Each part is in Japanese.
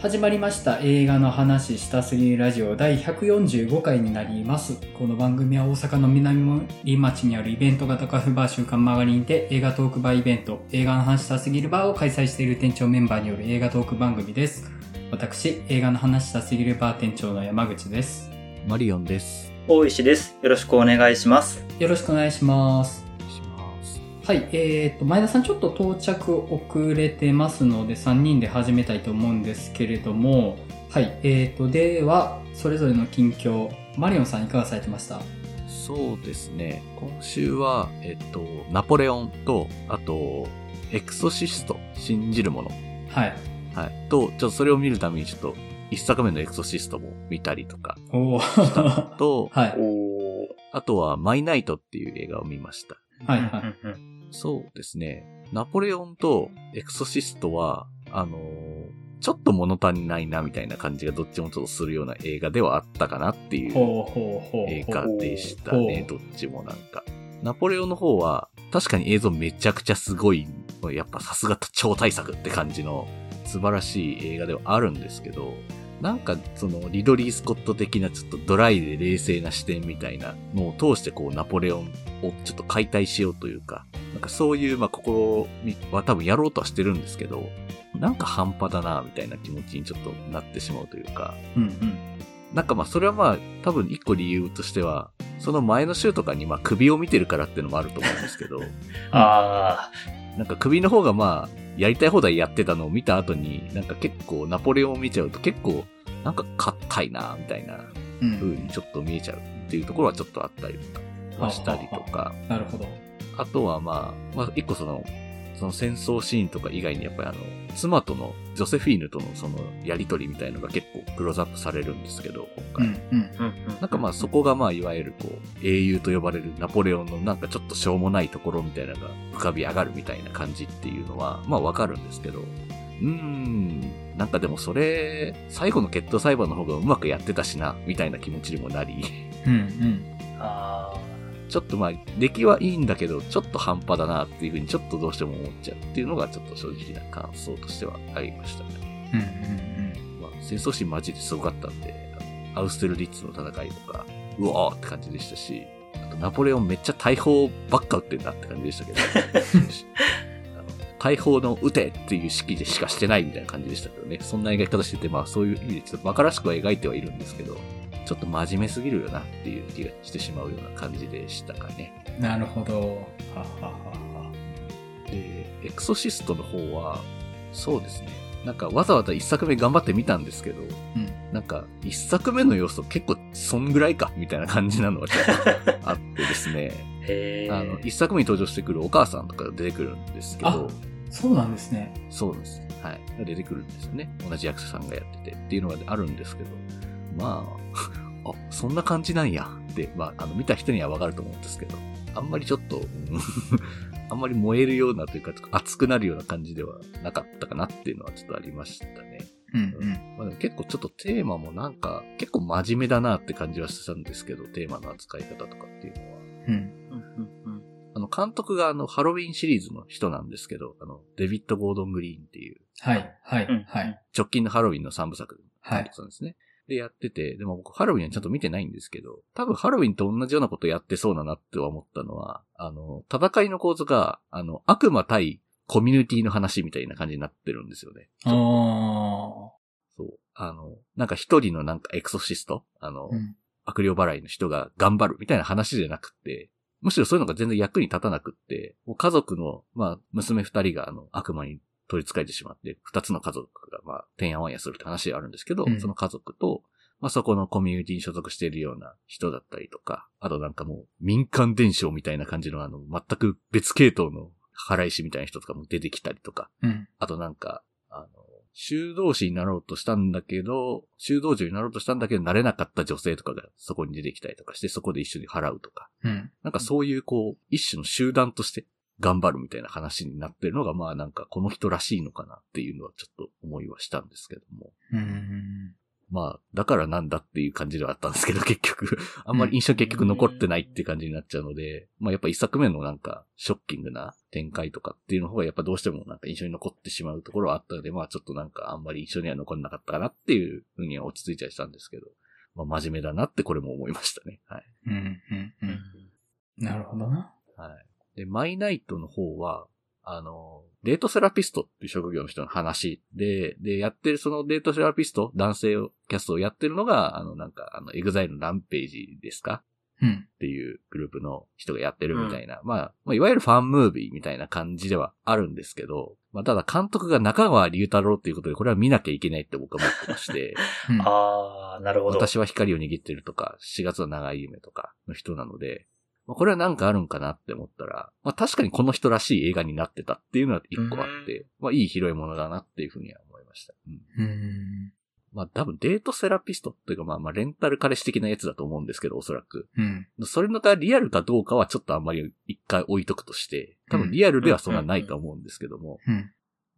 始まりました映画の話したすぎるラジオ第145回になります。この番組は大阪の南森町にあるイベント型カフェバー週刊曲がりにて映画トークバーイベント映画の話したすぎるバーを開催している店長メンバーによる映画トーク番組です。私、映画の話したすぎるバー店長の山口です。マリオンです。大石です。よろしくお願いします。よろしくお願いします。お願いします。はい、えー、と、前田さんちょっと到着遅れてますので、3人で始めたいと思うんですけれども、はい、えー、と、では、それぞれの近況、マリオンさんいかがされてましたそうですね。今週は、えっと、ナポレオンと、あと、エクソシスト、信じるもの。はい。はい。と、ちょっとそれを見るために、ちょっと、一作目のエクソシストも見たりとか、おーと、 はい。おー。。あとは、マイナイトっていう映画を見ました。はいはいうんそうですね。ナポレオンとエクソシストは、あのーちょっと物足りないなみたいな感じがどっちもちょっとするような映画ではあったかなっていう。ほうほうほう映ほ画う。でしたね、ほどっちもなんか。ナポレオンの方は、確かに映像めちゃくちゃすごい、やっぱさすが超大作って感じの素晴らしい映画ではあるんですけど、なんかそのリドリー・スコット的なちょっとドライで冷静な視点みたいなのを通してこうナポレオンをちょっと解体しようというか、なんかそういうまあ心は多分やろうとはしてるんですけど、なんか半端だなみたいな気持ちにちょっとなってしまうというか、うんうん。なんかまあそれはまあ多分一個理由としては、その前の週とかにまあ首を見てるからっていうのもあると思うんですけど、あなんか首の方がまあやりたい放題やってたのを見た後に、なんか結構ナポレオンを見ちゃうと結構なんか硬いなみたいなう風ん。にちょっと見えちゃうっていうところはちょっとあったりとかはしたりとか、なるほど。あとはまあ、まあ一個その、その戦争シーンとか以外にやっぱりあの、妻との、ジョセフィーヌとのそのやりとりみたいのが結構クローズアップされるんですけど、今うん回。うん。あ。なんかまあそこがまあいわゆるこう英雄と呼ばれるナポレオンのなんかちょっとしょうもないところみたいなのが浮かび上がるみたいな感じっていうのはまあわかるんですけど、うーん、なんかでもそれ最後の決闘裁判の方がうまくやってたしな、みたいな気持ちにもなり、 うんうん。あちょっとまあ出来はいいんだけどちょっと半端だなっていうふうにちょっとどうしても思っちゃうっていうのがちょっと正直な感想としてはありましたね。うんうんまあ戦争心マジですごかったんで、あのアウステルリッツの戦いとか、うおーって感じでしたし、あとナポレオンめっちゃ大砲ばっか撃ってんだって感じでしたけど、あの大砲の撃てっていう指揮でしかしてないみたいな感じでしたけどね、そんな描き方してて、まあそういう意味でちょっと馬鹿らしくは描いてはいるんですけど、ちょっと真面目すぎるよなっていう気がしてしまうような感じでしたかね。うん。なるほど。はははは。で、エクソシストの方は、そうですね。なんかわざわざ一作目頑張ってみたんですけど、うん。なんか、一作目の要素結構、そんぐらいか、みたいな感じなのがちょっとあってです ね、ーへえ。あの、一作目に登場してくるお母さんとかが出てくるんですけあど、そうなんですね。そうなんです。はい。出てくるんですよね。同じ役者さんがやっててっていうのがあるんですけど、まあ、あ、 そんな感じなんやって、まあ、あの、見た人にはわかると思うんですけど、あんまりちょっと、うん あんまり燃えるようなというか、熱くなるような感じではなかったかなっていうのはちょっとありましたね。うんうん。まあ、でも結構ちょっとテーマもなんか、結構真面目だなって感じはしたんですけど、テーマの扱い方とかっていうのは。うん。うんうんあの、監督があの、ハロウィンシリーズの人なんですけど、あの、デビッド・ゴードン・グリーンっていう、はい、はうんい、はい。直近のハロウィンの3部作はいそうなんですね。で、やってて、でも僕、ハロウィンはちゃんと見てないんですけど、多分ハロウィンと同じようなことやってそうだなって思ったのは、あの、戦いの構図が、あの、悪魔対コミュニティの話みたいな感じになってるんですよね。ああ。そう。あの、なんか一人のなんかエクソシスト、あの、うん。悪霊払いの人が頑張るみたいな話じゃなくって、むしろそういうのが全然役に立たなくって、もう家族の、まあ、娘二人があの、悪魔に取り憑かれてしまって、二つの家族が、まあ、てんやわんやするって話があるんですけど、うんその家族と、まあ、そこのコミュニティに所属しているような人だったりとか、あとなんかもう、民間伝承みたいな感じの、あの、全く別系統の払い師みたいな人とかも出てきたりとか、うん。あとなんか、あの、修道士になろうとしたんだけど、修道士になろうとしたんだけど、なれなかった女性とかがそこに出てきたりとかして、そこで一緒に払うとか。うん。なんかそういうこう、一種の集団として頑張るみたいな話になってるのが、まあなんかこの人らしいのかなっていうのはちょっと思いはしたんですけども。うん。まあ、だからなんだっていう感じではあったんですけど、 結局。あんまり印象結局残ってないっていう感じになっちゃうので、まあやっぱ一作目のなんか、ショッキングな展開とかっていうの方がやっぱどうしてもなんか印象に残ってしまうところはあったので、まあちょっとなんかあんまり印象には残んなかったかなっていうふうには落ち着いちゃいしたんですけど、まあ真面目だなってこれも思いましたね。はい。うん、うん、うん。なるほどな。はい。で、マイナイトの方は、あの、デートセラピストっていう職業の人の話で、で、やってる、そのデートセラピスト、男性をキャストをやってるのが、あの、なんか、あの、エグザイルのランページですかうん。っていうグループの人がやってるみたいな、まあ、まあ、いわゆるファンムービーみたいな感じではあるんですけど、まあ、ただ監督が中川隆太郎っていうことで、これは見なきゃいけないって僕は思ってまして、うんああ、なるほど。私は光を握ってるとか、4月は長い夢とかの人なので、まあ、これはなんかあるんかなって思ったら、まあ確かにこの人らしい映画になってたっていうのは一個あって、まあいい拾い物だなっていうふうには思いました。うん、うん。まあ多分デートセラピストっていうかまあまあレンタル彼氏的なやつだと思うんですけど、おそらく。うん。それのがリアルかどうかはちょっとあんまり一回置いとくとして、多分リアルではそんなないと思うんですけども、うん。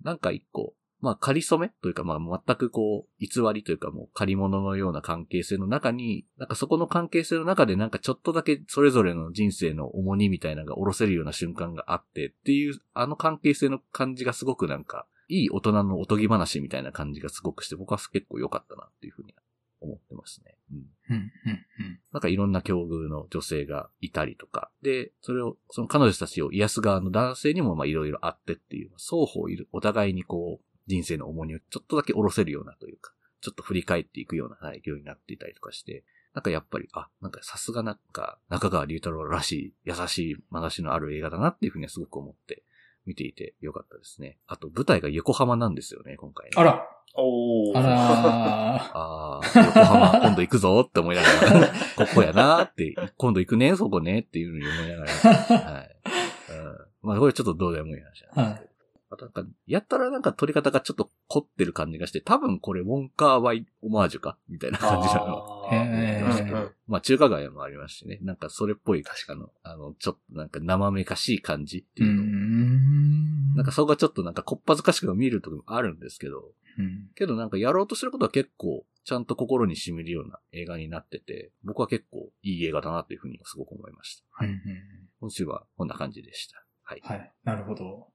なんか一個、まあ仮染めというか、まあ全くこう、偽りというかもう借り物のような関係性の中に、なんかそこの関係性の中でなんかちょっとだけそれぞれの人生の重荷みたいなのが下ろせるような瞬間があってっていう、あの関係性の感じがすごくなんか、いい大人のおとぎ話みたいな感じがすごくして、僕は結構良かったなっていうふうに思ってますね。うん。うん。うん。なんかいろんな境遇の女性がいたりとか、で、それを、その彼女たちを癒す側の男性にもまあいろいろあってっていう、双方いる、お互いにこう、人生の重荷をちょっとだけ下ろせるようなというか、ちょっと振り返っていくような内容になっていたりとかして、なんかやっぱり、あ、なんかさすがなんか中川龍太郎らしい優しい眼差しのある映画だなっていうふうにはすごく思って見ていてよかったですね。あと舞台が横浜なんですよね、今回ね。あらおーあらああ、横浜今度行くぞって思いながら、 ここやなって、今度行くね、そこねっていうのに思いながら。はい。うん、まあ、これちょっとどうでもいい話ー。なんはですけいど。あとなんか、やったらなんか撮り方がちょっと凝ってる感じがして、多分これウォンカーワイオマージュかみたいな感じなの。あーへーうんうんまあ中華街もありますしね。なんかそれっぽい、確かの、あの、ちょっとなんか生めかしい感じってういうの。ん。なんか、そこがちょっとなんかこっぱずかしく見えるとこもあるんですけど、うん。けどなんかやろうとしてることは結構、ちゃんと心に染みるような映画になってて、僕は結構いい映画だなというふうにすごく思いました。はい。今週はこんな感じでした。 はい。はい。なるほど。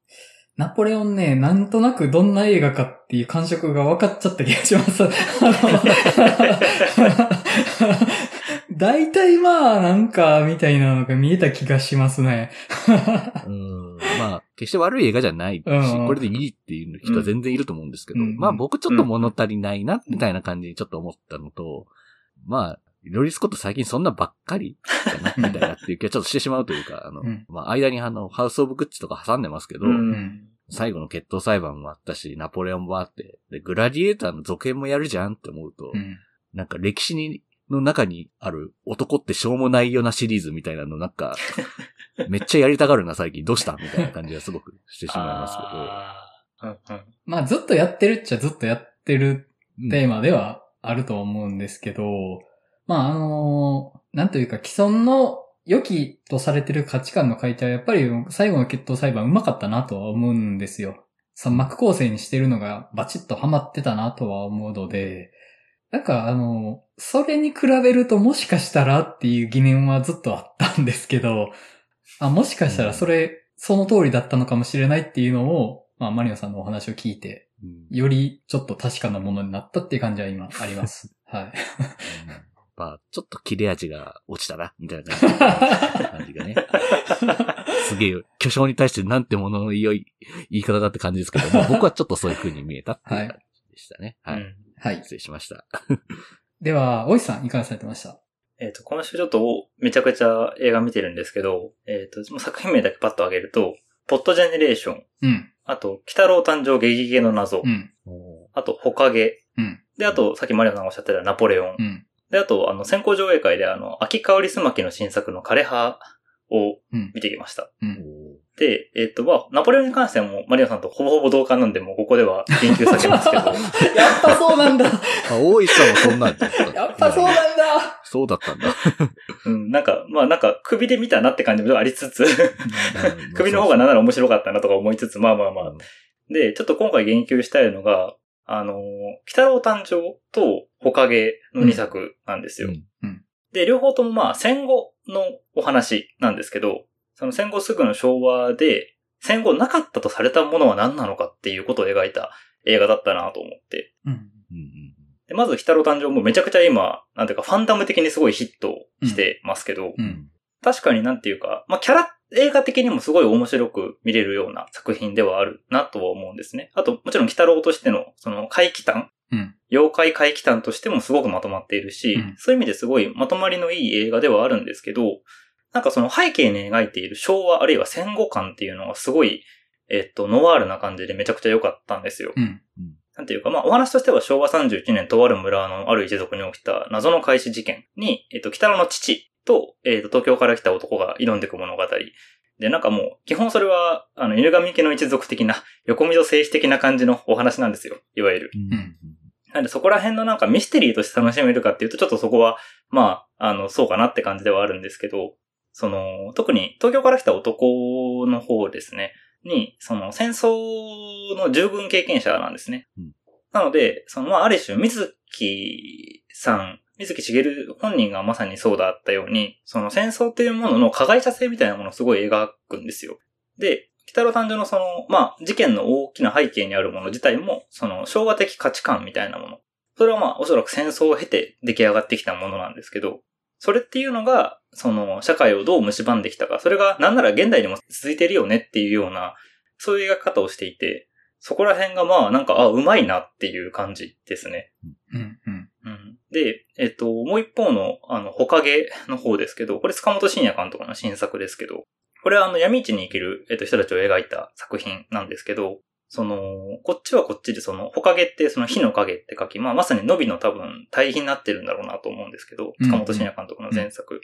ナポレオンね、なんとなくどんな映画かっていう感触が分かっちゃった気がします。あの大体まあ、なんか、みたいなのが見えた気がしますね。うーん。まあ、決して悪い映画じゃないし、うんこれでいいっていう人は全然いると思うんですけど、うんまあ僕ちょっと物足りないな、みたいな感じにちょっと思ったのと、まあ、ロリスコット最近そんなばっかりだな、みたいなっていう気はちょっとしてしまうというか、あの、うんまあ間にあの、ハウスオブグッチとか挟んでますけど、うんうん。最後の決闘裁判もあったし、ナポレオンもあって、で、グラディエーターの続編もやるじゃんって思うと、うん。なんか歴史に、の中にある男ってしょうもないようなシリーズみたいなのな んか、めっちゃやりたがるな最近どうしたみたいな感じがすごくしてしまいまあーうんうんまあ、ずっとやってるっちゃずっとやってるすけど。 テーうんマではあると思うんですけど、まあ、あの、なんというか既存の良きとされてる価値観の解体はやっぱり最後の決闘裁判うまかったなとは思うんですよ。三幕構成にしてるのがバチッとハマってたなとは思うので、なんかあの、それに比べるともしかしたらっていう疑念はずっとあったんですけど、あもしかしたらそれ、その通りだったのかもしれないっていうのを、まあ、マリオさんのお話を聞いてうんよりちょっと確かなものになったっていう感じは今あります。はい。まあ、ちょっと切れ味が落ちたな、みたいな感じ がね。すげえ、巨匠に対してなんてものの良い言い方だって感じですけど、まあ僕はちょっとそういう風に見えたっていう感じでしたね。はい。うんはい。失礼しました。では、大石さんいかがされてましたえっ、と、今週ちょっとおめちゃくちゃ映画見てるんですけど、えっ、と、もう作品名だけパッと上げると、ポッドジェネレーション、うん。あと、北郎誕生ゲゲゲの謎、うん。あと、ほかげ、うん。で、あと、さっきマリオさんがおっしゃってたナポレオン、うん。で、あと、あの、先行上映会で、あの、秋香りすまきの新作の枯葉をうん。見てきました。うん。で、えっ、と、まあ、ナポレオンに関してはもうマリオさんとほぼほぼ同感なんで、もうここでは言及避けますけ ど、やっぱそうなんだあ、大石さんもそんなんだったやっぱそうなんだそうだったんだ。うん、なんか、まあなんか、首で見たなって感じもあり つつ、首の方がなんなら面白かったなとか思いつつ、まあまあまあ、で、ちょっと今回言及したいのが、あの、北郎誕生とほかげの2作なんですよ。うんうんで、両方ともまあ戦後のお話なんですけど、その戦後すぐの昭和で、戦後なかったとされたものは何なのかっていうことを描いた映画だったなと思って。うん。うんうんでまず、北郎誕生もめちゃくちゃ今、なんていうか、ファンダム的にすごいヒットしてますけど、う。うんん。確かになんていうか、まあ、キャラ、映画的にもすごい面白く見れるような作品ではあるなとは思うんですね。あと、もちろん、北郎としての、その、怪奇譚うん妖怪怪奇譚としてもすごくまとまっているし、うんそういう意味ですごいまとまりのいい映画ではあるんですけど、なんかその背景に描いている昭和あるいは戦後感っていうのがすごい、えっと、ノワールな感じでめちゃくちゃ良かったんですよ。うん。なんていうか、まあ、お話としては昭和31年とある村のある一族に起きた謎の開始事件に、えっと、北野の父と、えっと、東京から来た男が挑んでいく物語。で、なんかもう、基本それは、あの、犬神家の一族的な、横溝政治的な感じのお話なんですよ。いわゆる。うんうんなんでそこら辺のなんかミステリーとして楽しめるかっていうと、ちょっとそこは、まあ、あの、そうかなって感じではあるんですけど、その、特に東京から来た男の方ですね、に、その戦争の従軍経験者なんですね。うんなので、その、まあ、ある種、水木さん、水木しげる本人がまさにそうだったように、その戦争っていうものの加害者性みたいなものをすごい描くんですよ。で、北郎誕生のその、まあ、事件の大きな背景にあるもの自体も、その、昭和的価値観みたいなもの。それはまあ、おそらく戦争を経て出来上がってきたものなんですけど、それっていうのが、その、社会をどう蝕んできたか、それが、なんなら現代にも続いてるよねっていうような、そういう描き方をしていて、そこら辺がまあ、なんか、あ、うまいなっていう感じですね。うん。うん。うんで、えっと、もう一方の、あの、ほかげの方ですけど、これ塚本慎也監督の新作ですけど、これはあの、闇市に生きる、えっと、人たちを描いた作品なんですけど、その、こっちはこっちでその、ほかげってその、火の影って書き、まあ、まさにのびの多分、対比になってるんだろうなと思うんですけど、うん塚本慎也監督の前作。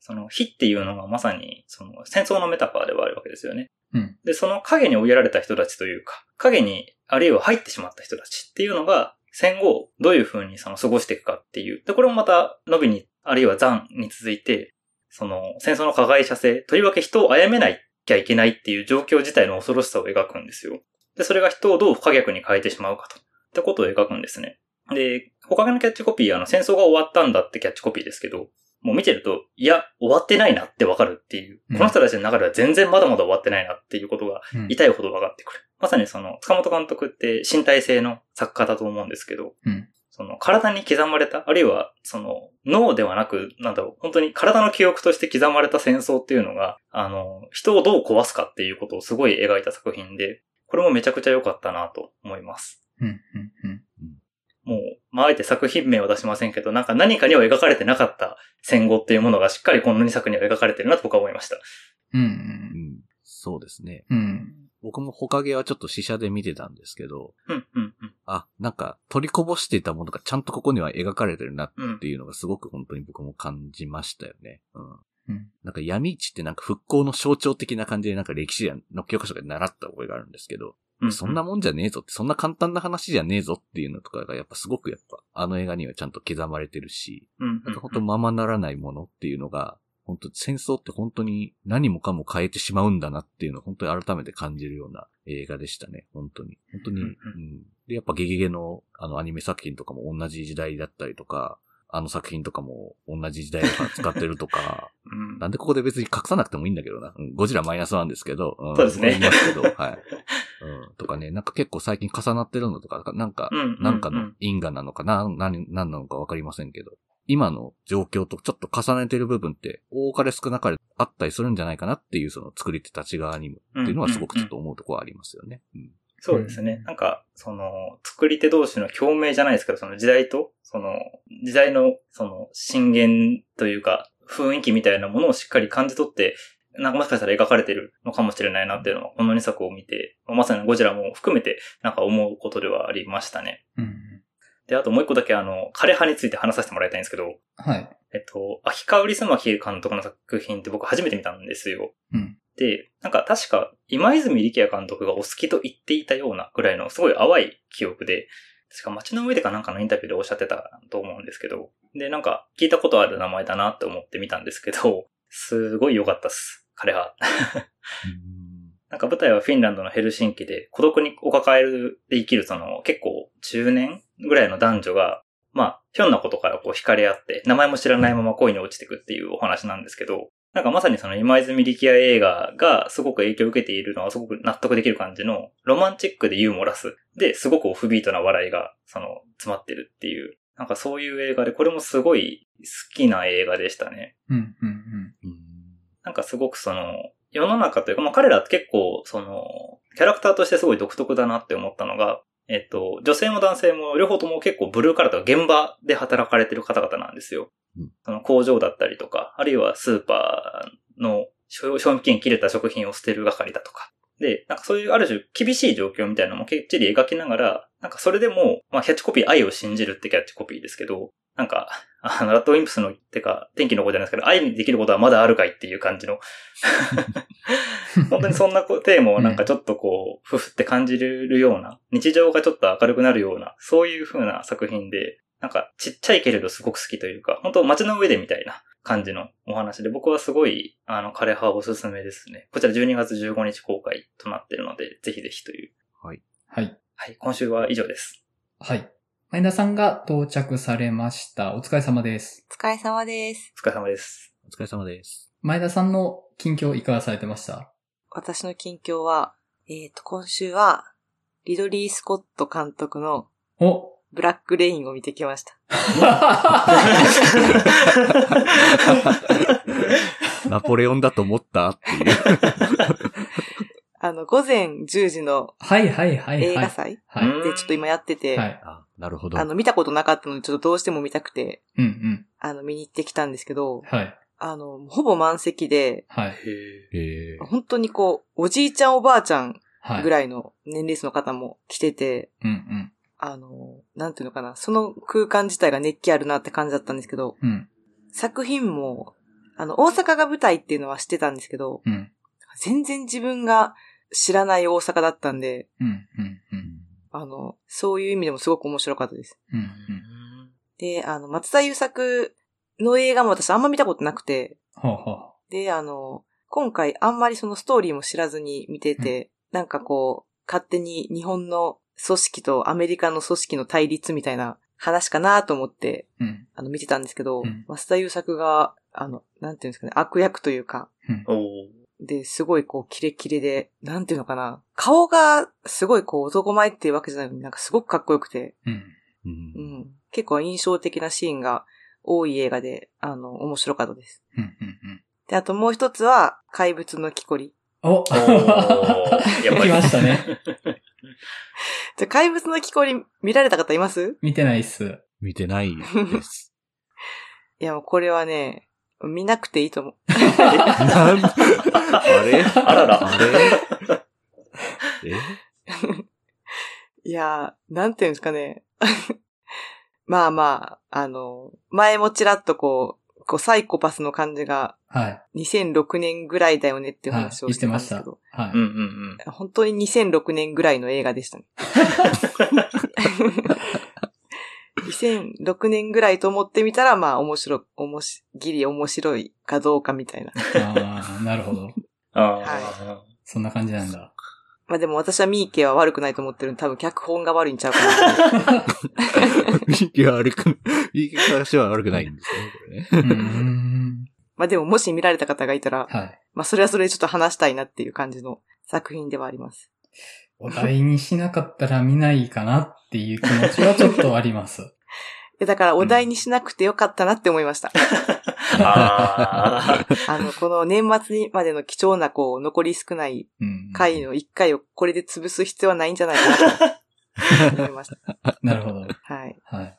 その、火っていうのがまさに、その、戦争のメタファーではあるわけですよね。うんで、その影に追いやられた人たちというか、影に、あるいは入ってしまった人たちっていうのが、戦後、どういう風にその過ごしていくかっていう。で、これもまた、伸びに、あるいは残に続いて、その、戦争の加害者性、とりわけ人を殺めないきゃいけないっていう状況自体の恐ろしさを描くんですよ。で、それが人をどう不可逆に変えてしまうかと。ってことを描くんですね。で、他のキャッチコピー、あの、戦争が終わったんだってキャッチコピーですけど、もう見てると、いや、終わってないなってわかるっていう。うんこの人たちの中では全然まだまだ終わってないなっていうことがうん。痛いほど分かってくる。まさにその、塚本監督って身体性の作家だと思うんですけど、うんその体に刻まれた、あるいはその脳ではなく、なんだろう、本当に体の記憶として刻まれた戦争っていうのが、あの、人をどう壊すかっていうことをすごい描いた作品で、これもめちゃくちゃ良かったなと思います。うん。うん。うん。もう、まあ、あえて作品名は出しませんけど、なんか何かには描かれてなかった戦後っていうものがしっかりこの2作には描かれてるなと僕は思いました。う。うんんそうですね。うん。僕もほかげはちょっと試写で見てたんですけど、うん、うん、うんあ、なんか取りこぼしていたものがちゃんとここには描かれてるなっ。うんていうのがすごく本当に僕も感じましたよね。うん。うんなんか闇市ってなんか復興の象徴的な感じでなんか歴史やの教科書で習った覚えがあるんですけど、うん。そんなもんじゃねえぞって、そんな簡単な話じゃねえぞっていうのとかがやっぱすごくやっぱあの映画にはちゃんと刻まれてるし、うん、うん、うなんんか本当ままならないものっていうのが、本当戦争って本当に何もかも変えてしまうんだなっていうのを本当に改めて感じるような映画でしたね。本当に。本当に。ううんうんん。で、やっぱゲゲゲのあのアニメ作品とかも同じ時代だったりとか、あの作品とかも同じ時代を使ってるとか、うんなんでここで別に隠さなくてもいいんだけどな。うん、ゴジラマイナスワンですけど。んそうですねここ言いますけど、 はい。うん。とかね、なんか結構最近重なってるのとか、なんか、うんなんかうのん因果なのかな、な、なんなのかわかりませんけど。今の状況とちょっと重ねてる部分って、多かれ少なかれあったりするんじゃないかなっていう、その作り手たち側にもっていうのはすごくちょっと思うところはありますよね。うん。そうですねう。んなんか、その、作り手同士の共鳴じゃないですけど、その時代と、その、時代の、その、震源というか、雰囲気みたいなものをしっかり感じ取って、なんかもしかしたら描かれてるのかもしれないなっていうのは、この2作を見て、まさにゴジラも含めて、なんか思うことではありましたね。うん。で、あともう一個だけ、あの、枯葉について話させてもらいたいんですけど、はい。えっと、秋川ウリスマキ監督の作品って僕初めて見たんですよ。うんで、なんか確か今泉力也監督がお好きと言っていたようなぐらいのすごい淡い記憶で、確か街の上でかなんかのインタビューでおっしゃってたと思うんですけど、で、なんか聞いたことある名前だなって思って見たんですけど、すごい良かったっす。彼は。なんか舞台はフィンランドのヘルシンキで孤独にお抱えるで生きるその結構中年ぐらいの男女が、まあ、ひょんなことからこう惹かれ合って、名前も知らないまま恋に落ちてくっていうお話なんですけど、なんかまさにその今泉力也映画がすごく影響を受けているのはすごく納得できる感じのロマンチックでユーモラスで、すごくオフビートな笑いがその詰まってるっていう、なんかそういう映画で、これもすごい好きな映画でしたね。うん、うん、うん。うんなんかすごくその、世の中というか、まあ彼らって結構、その、キャラクターとしてすごい独特だなって思ったのが、えっと、女性も男性も両方とも結構ブルーカラーとか現場で働かれてる方々なんですよ。うんその工場だったりとか、あるいはスーパーの賞賞味期限切れた食品を捨てる係だとか。で、なんかそういうある種厳しい状況みたいなのもきっちり描きながら、なんかそれでも、まあキャッチコピー愛を信じるってキャッチコピーですけど、なんか、あの、ラッドウィンプスの、てか、天気の子じゃないですけど、愛にできることはまだあるかいっていう感じの、本当にそんな こうテーマをなんかちょっとこう、ふふって感じるような、日常がちょっと明るくなるような、そういう風な作品で、なんかちっちゃいけれどすごく好きというか、本当街の上でみたいな感じのお話で、僕はすごい、あの、枯葉おすすめですね。こちら12月15日公開となってるので、ぜひぜひという。はい。はい、今週は以上です。はい。前田さんが到着されました。お疲れ様です。お疲れ様です。お疲れ様です。お疲れ様です。 前田さんの近況いかがされてました私の近況は、えっ、と、今週は、リドリー・スコット監督のおブラック・レインを見てきました。ナポレオンだと思ったっていう。あの、午前10時のはいはいはいはい。映画祭はい。でちょっと今やってて、はい。あ、なるほど。あの、見たことなかったので、ちょっとどうしても見たくて、うんうん。あの、見に行ってきたんですけど、はい。あの、ほぼ満席で、はい。 へえー本当にこう、おじいちゃんおばあちゃんはい。ぐい。らいの年齢層の方も来てて、うんうん。あの、なんていうのかな、その空間自体が熱気あるなって感じだったんですけど、うん作品も、あの、大阪が舞台っていうのは知ってたんですけど、うん。全然自分が知らない大阪だったんで、うんうんうん。あの、そういう意味でもすごく面白かったです。うんうん。で、あの、松田優作の映画も私あんま見たことなくて、ほうほう。で、あの、今回あんまりそのストーリーも知らずに見てて、なんかこう、勝手に日本の組織とアメリカの組織の対立みたいな話かなと思って、うん。あの、見てたんですけど、うん松田優作が、あの、なんていうんですかね、悪役というか、うんお。おで、すごいこう、キレキレで、なんていうのかな。顔が、すごいこう、男前っていうわけじゃないのに、なんかすごくかっこよくて、うん。う。うんん。結構印象的なシーンが多い映画で、あの、面白かったです。うんうんうん。で、あともう一つは、怪物の木こり。お おーやっぱり来ましたね。じゃ、怪物の木こり見られた方います見てないっす。見てないです。いや、もうこれはね、見なくていいと思う。なんあれあららあれえ いやー、なんていうんですかね。 まあまあ、あの、前もちらっとこう、こう、サイコパスの感じがはい。 2006年ぐらいだよねっていうはい。話を言しっててたんまでしすけたど。。は うんうい。んうん。本当に2006年ぐらいの映画でし たね。2006年ぐらいと思ってみたら、まあ面白、おもし、ギリ面白いかどうかみたいな。ああ、なるほど。ああ、はそんな感じなんだ。まあでも私はミーケは悪くないと思ってるんで、多分脚本が悪いんちゃう かな。右気は悪く、右気からしては悪くないんですね、これね。うーん。まあでももし見られた方がいたら、はい。まあそれはそれでちょっと話したいなっていう感じの作品ではあります。お題にしなかったら見ないかなっていう気持ちはちょっとあります。でだからお題にしなくてよかったなって思いました。あーあの、この年末にまでの貴重な、こう、残り少ないうん。 回の1回をこれで潰す必要はないんじゃないかなと思いました。なるほど。はい。はい。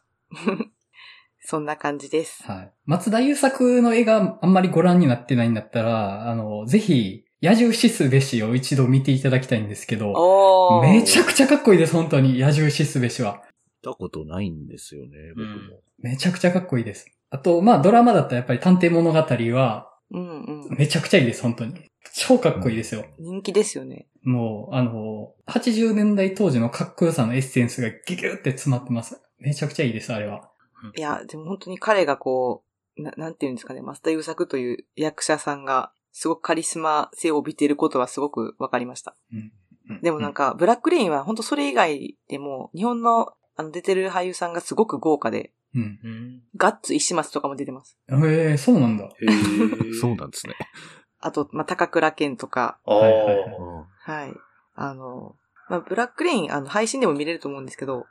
そんな感じです。はい。松田優作の映画あんまりご覧になってないんだったら、あの、ぜひ、野獣死すべしを一度見ていただきたいんですけど、おー。めちゃくちゃかっこいいです、本当に。野獣死すべしは。見たことないんですよね、僕も。めちゃくちゃかっこいいです。あと、まあ、ドラマだったらやっぱり探偵物語は、うんうん。めちゃくちゃいいです、本当に。超かっこいいですよ。人気ですよね。もう、あの、80年代当時のかっこよさのエッセンスがギュギュって詰まってます。めちゃくちゃいいです、あれは。いや、でも本当に彼がこう、ななんていうんですかね、マスター優作という役者さんが、すごくカリスマ性を帯びていることはすごくわかりました。うんうんでもなんか、ブラックレインは本当それ以外でも、日本のあの出てる俳優さんがすごく豪華で、うん。うん。ガッツ石松とかも出てます。へえ、そうなんだ。へーそうなんですね。あと、まあ、高倉健とか、ああ、はいはいははい。あの、まあ、ブラックレイン、あの、配信でも見れると思うんですけど、うん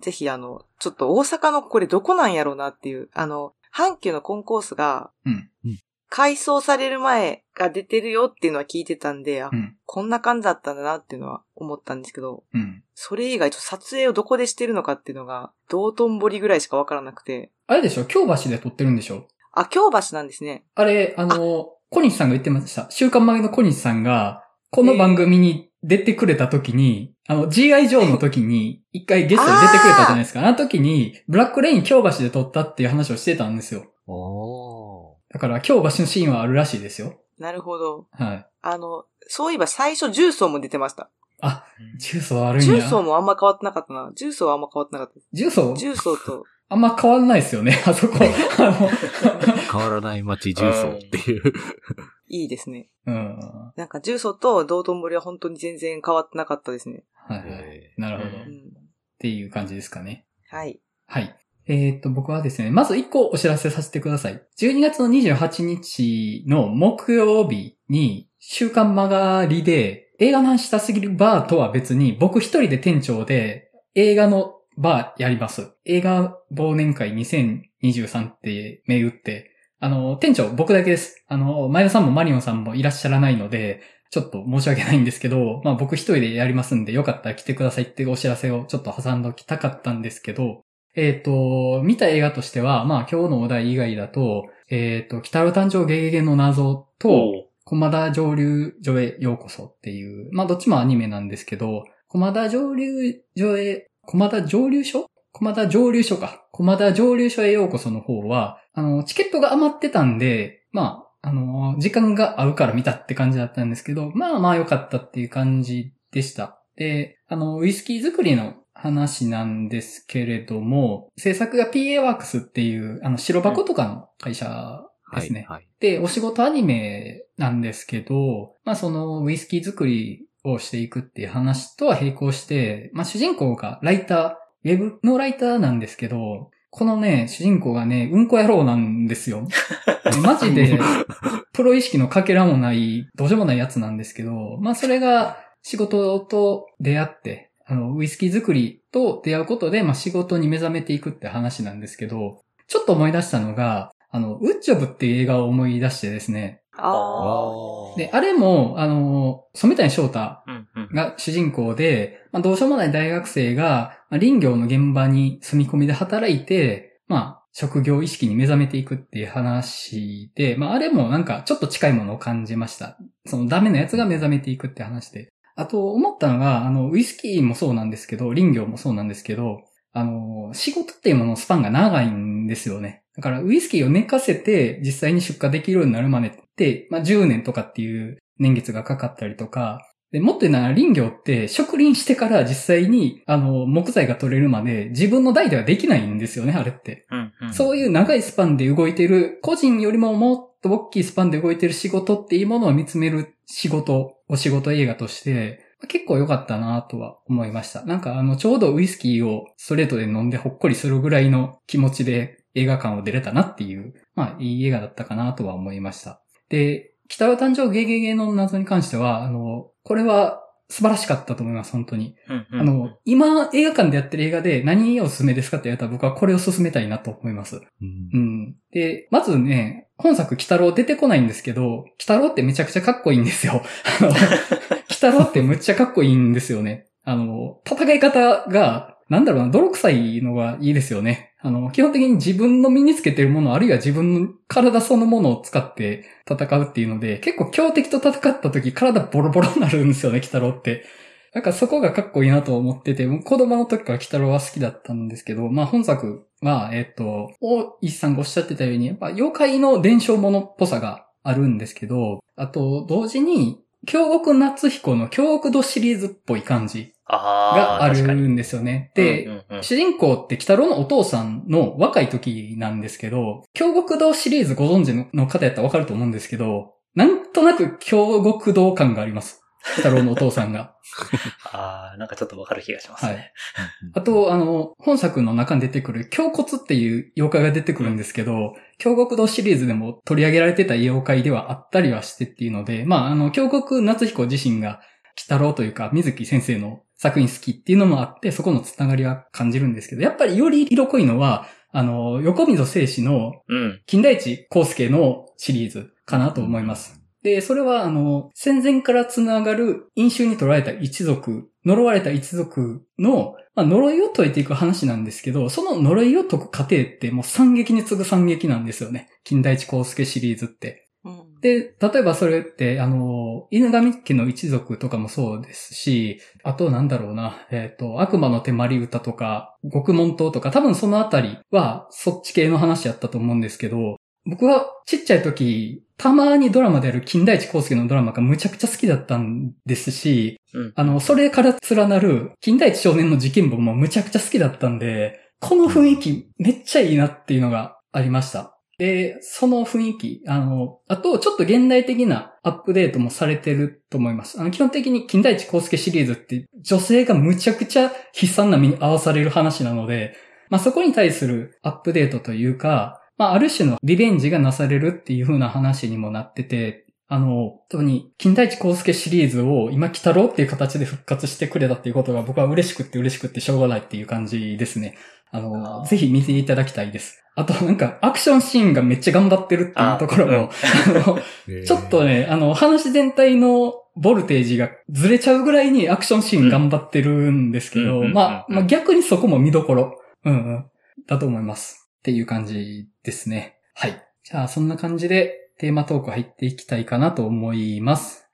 ぜひ、あの、ちょっと大阪のこれどこなんやろうなっていう、あの、阪急のコンコースが、うんうん改装される前が出てるよっていうのは聞いてたんで、あうん。こんな感じだったんだなっていうのは思ったんですけど、うん。それ以外、ちょっと撮影をどこでしてるのかっていうのが、道頓堀ぐらいしかわからなくて、あれでしょ京橋で撮ってるんでしょあ、京橋なんですね。あれ、あの、小西さんが言ってました。週刊前の小西さんが、この番組に出てくれた時に、あの、G.I. ジョーの時に、一回ゲストで出てくれたじゃないですか。あの時に、ブラックレイン京橋で撮ったっていう話をしてたんですよ。おだから、京橋のシーンはあるらしいですよ。なるほど。はい。あの、そういえば最初重曹も出てました。あ、う重曹あるんや。重曹もあんま変わってなかったな。重曹はあんま変わってなかった。重曹重曹と、あんま変わんないですよ ね、あそこ。あー変わらない街重曹っていう。いいですね。の、うん。はなんか重曹と道頓堀は本当に全然変わってなかったですね。いはい。えなるほど。うっうん。ていう感じですかね。はい。はい。えーっと、僕はですね、まず1個お知らせさせてください。12月の28日の木曜日に、週刊曲がりで、映画の話したすぎるバーとは別に、僕一人で店長で、映画のバーやります。映画忘年会2023って銘打って、あの、店長僕だけです。あの、前田さんもマリオンさんもいらっしゃらないので、ちょっと申し訳ないんですけど、まあ僕一人でやりますんで、よかったら来てくださいっていうお知らせをちょっと挟んでおきたかったんですけど、えっ、と、見た映画としては、まあ今日のお題以外だと、えっ、と、北の誕生ゲゲゲの謎と、おう駒田上流所へようこそっていう、まあどっちもアニメなんですけど、駒田上流所へ、駒田上流所駒田上流所か。駒田上流所へようこその方は、あの、チケットが余ってたんで、まあ、あの、時間が合うから見たって感じだったんですけど、まあまあ良かったっていう感じでした。で、あの、ウイスキー作りの話なんですけれども、制作が PA ワークスっていう、あの、白箱とかの会社はですねい。。はい。で、お仕事アニメなんですけど、まあそのウイスキー作りをしていくっていう話とは並行して、まあ主人公がライター、ウェブのライターなんですけど、このね、主人公がね、うんこ野郎なんですよ。マジで、プロ意識のかけらもない、どうしようもないやつなんですけど、まあそれが仕事と出会って、あの、ウイスキー作りと出会うことで、まあ仕事に目覚めていくって話なんですけど、ちょっと思い出したのが、あの、ウッジョブっていう映画を思い出してですね。ああ。で、あれも、あの、染谷翔太うんうん。が主人公で、まあ、どうしようもない大学生が、まあ林業の現場に住み込みで働いて、まあ、職業意識に目覚めていくっていう話で、まあ、あれもなんかちょっと近いものを感じました。そのダメなやつが目覚めていくって話で。あと、思ったのが、あの、ウイスキーもそうなんですけど、林業もそうなんですけど、あの、仕事っていうもののスパンが長いんですよね。だから、ウイスキーを寝かせて、実際に出荷できるようになるまでって、まあ、10年とかっていう年月がかかったりとか、で、もっと言うなら林業って、植林してから実際に、あの、木材が取れるまで、自分の代ではできないんですよね、あれって。うんうん。そういう長いスパンで動いてる、個人よりももっと大きいスパンで動いてる仕事っていうものを見つめる仕事、お仕事映画として、結構良かったなとは思いました。なんかあの、ちょうどウイスキーをストレートで飲んでほっこりするぐらいの気持ちで映画館を出れたなっていう、まあいい映画だったかなとは思いました。で、北は誕生ゲゲゲの謎に関しては、あの、これは素晴らしかったと思います、本当に。うんうん、あの、今映画館でやってる映画で何をおすすめですかって言われたら僕はこれを勧めたいなと思います。うんうん。で、まずね、本作、鬼太郎出てこないんですけど、鬼太郎ってめちゃくちゃかっこいいんですよ。あの、鬼太郎ってむっちゃかっこいいんですよね。あの、戦い方が、なんだろうな、泥臭いのがいいですよね。あの、基本的に自分の身につけてるもの、あるいは自分の体そのものを使って戦うっていうので、結構強敵と戦った時、体ボロボロになるんですよね、鬼太郎って。なんかそこがかっこいいなと思ってて、もう子供の時から鬼太郎は好きだったんですけど、まあ本作は、えっ、と、大石さんがおっしゃってたように、やっぱ妖怪の伝承ものっぽさがあるんですけど、あと同時に、京極夏彦の京極度シリーズっぽい感じあがーある確かにんですよね。で、うんうんうん主人公って北郎のお父さんの若い時なんですけど、京極堂シリーズご存知の方やったらわかると思うんですけど、なんとなく京極道感があります。鬼太郎のお父さんが。あー、なんかちょっとわかる気がしますはねい。。あと、あの、本作の中に出てくる、胸骨っていう妖怪が出てくるんですけど、京極道シリーズでも取り上げられてた妖怪ではあったりはしてっていうので、まあ、あの、京極夏彦自身が、北郎というか、水木先生の作品好きっていうのもあって、そこのつながりは感じるんですけど、やっぱりより色濃いのは、あの、横溝正史のうん。金田一光介のシリーズかなと思います。で、それは、あの、戦前から繋がる飲酒に取られた一族、呪われた一族の、まあ、呪いを解いていく話なんですけど、その呪いを解く過程ってもう惨劇に次ぐ惨劇なんですよね。金田一光介シリーズって。うん。で、例えばそれって、あの、犬神家の一族とかもそうですし、あとなんだろうな、えっ、と、悪魔の手まり歌とか、極門島とか、多分そのあたりは、そっち系の話やったと思うんですけど、僕はちっちゃい時、たまにドラマである金田一光介のドラマがむちゃくちゃ好きだったんですし、うんあの、それから連なる金田一少年の事件簿もむちゃくちゃ好きだったんで、この雰囲気めっちゃいいなっていうのがありました。で、その雰囲気、あの、あと、ちょっと現代的なアップデートもされてると思います。あの、基本的に金田一光介シリーズって、女性がむちゃくちゃ悲惨な目に遭わされる話なので、まあ、そこに対するアップデートというか、まあ、ある種のリベンジがなされるっていう風な話にもなってて、あの、特に、金田一光介シリーズを今、鬼太郎っていう形で復活してくれたっていうことが僕は嬉しくって嬉しくってしょうがないっていう感じですね。あの、あーぜひ見ていただきたいです。あと、なんか、アクションシーンがめっちゃ頑張ってるっていうところも、あの、ちょっとね、あの、話全体のボルテージがずれちゃうぐらいにアクションシーン頑張ってるんですけど、うんまあ、うんまあ逆にそこも見どころ、うんうん、だと思います。っていう感じですね。はい。じゃあ、そんな感じでテーマトーク入っていきたいかなと思います。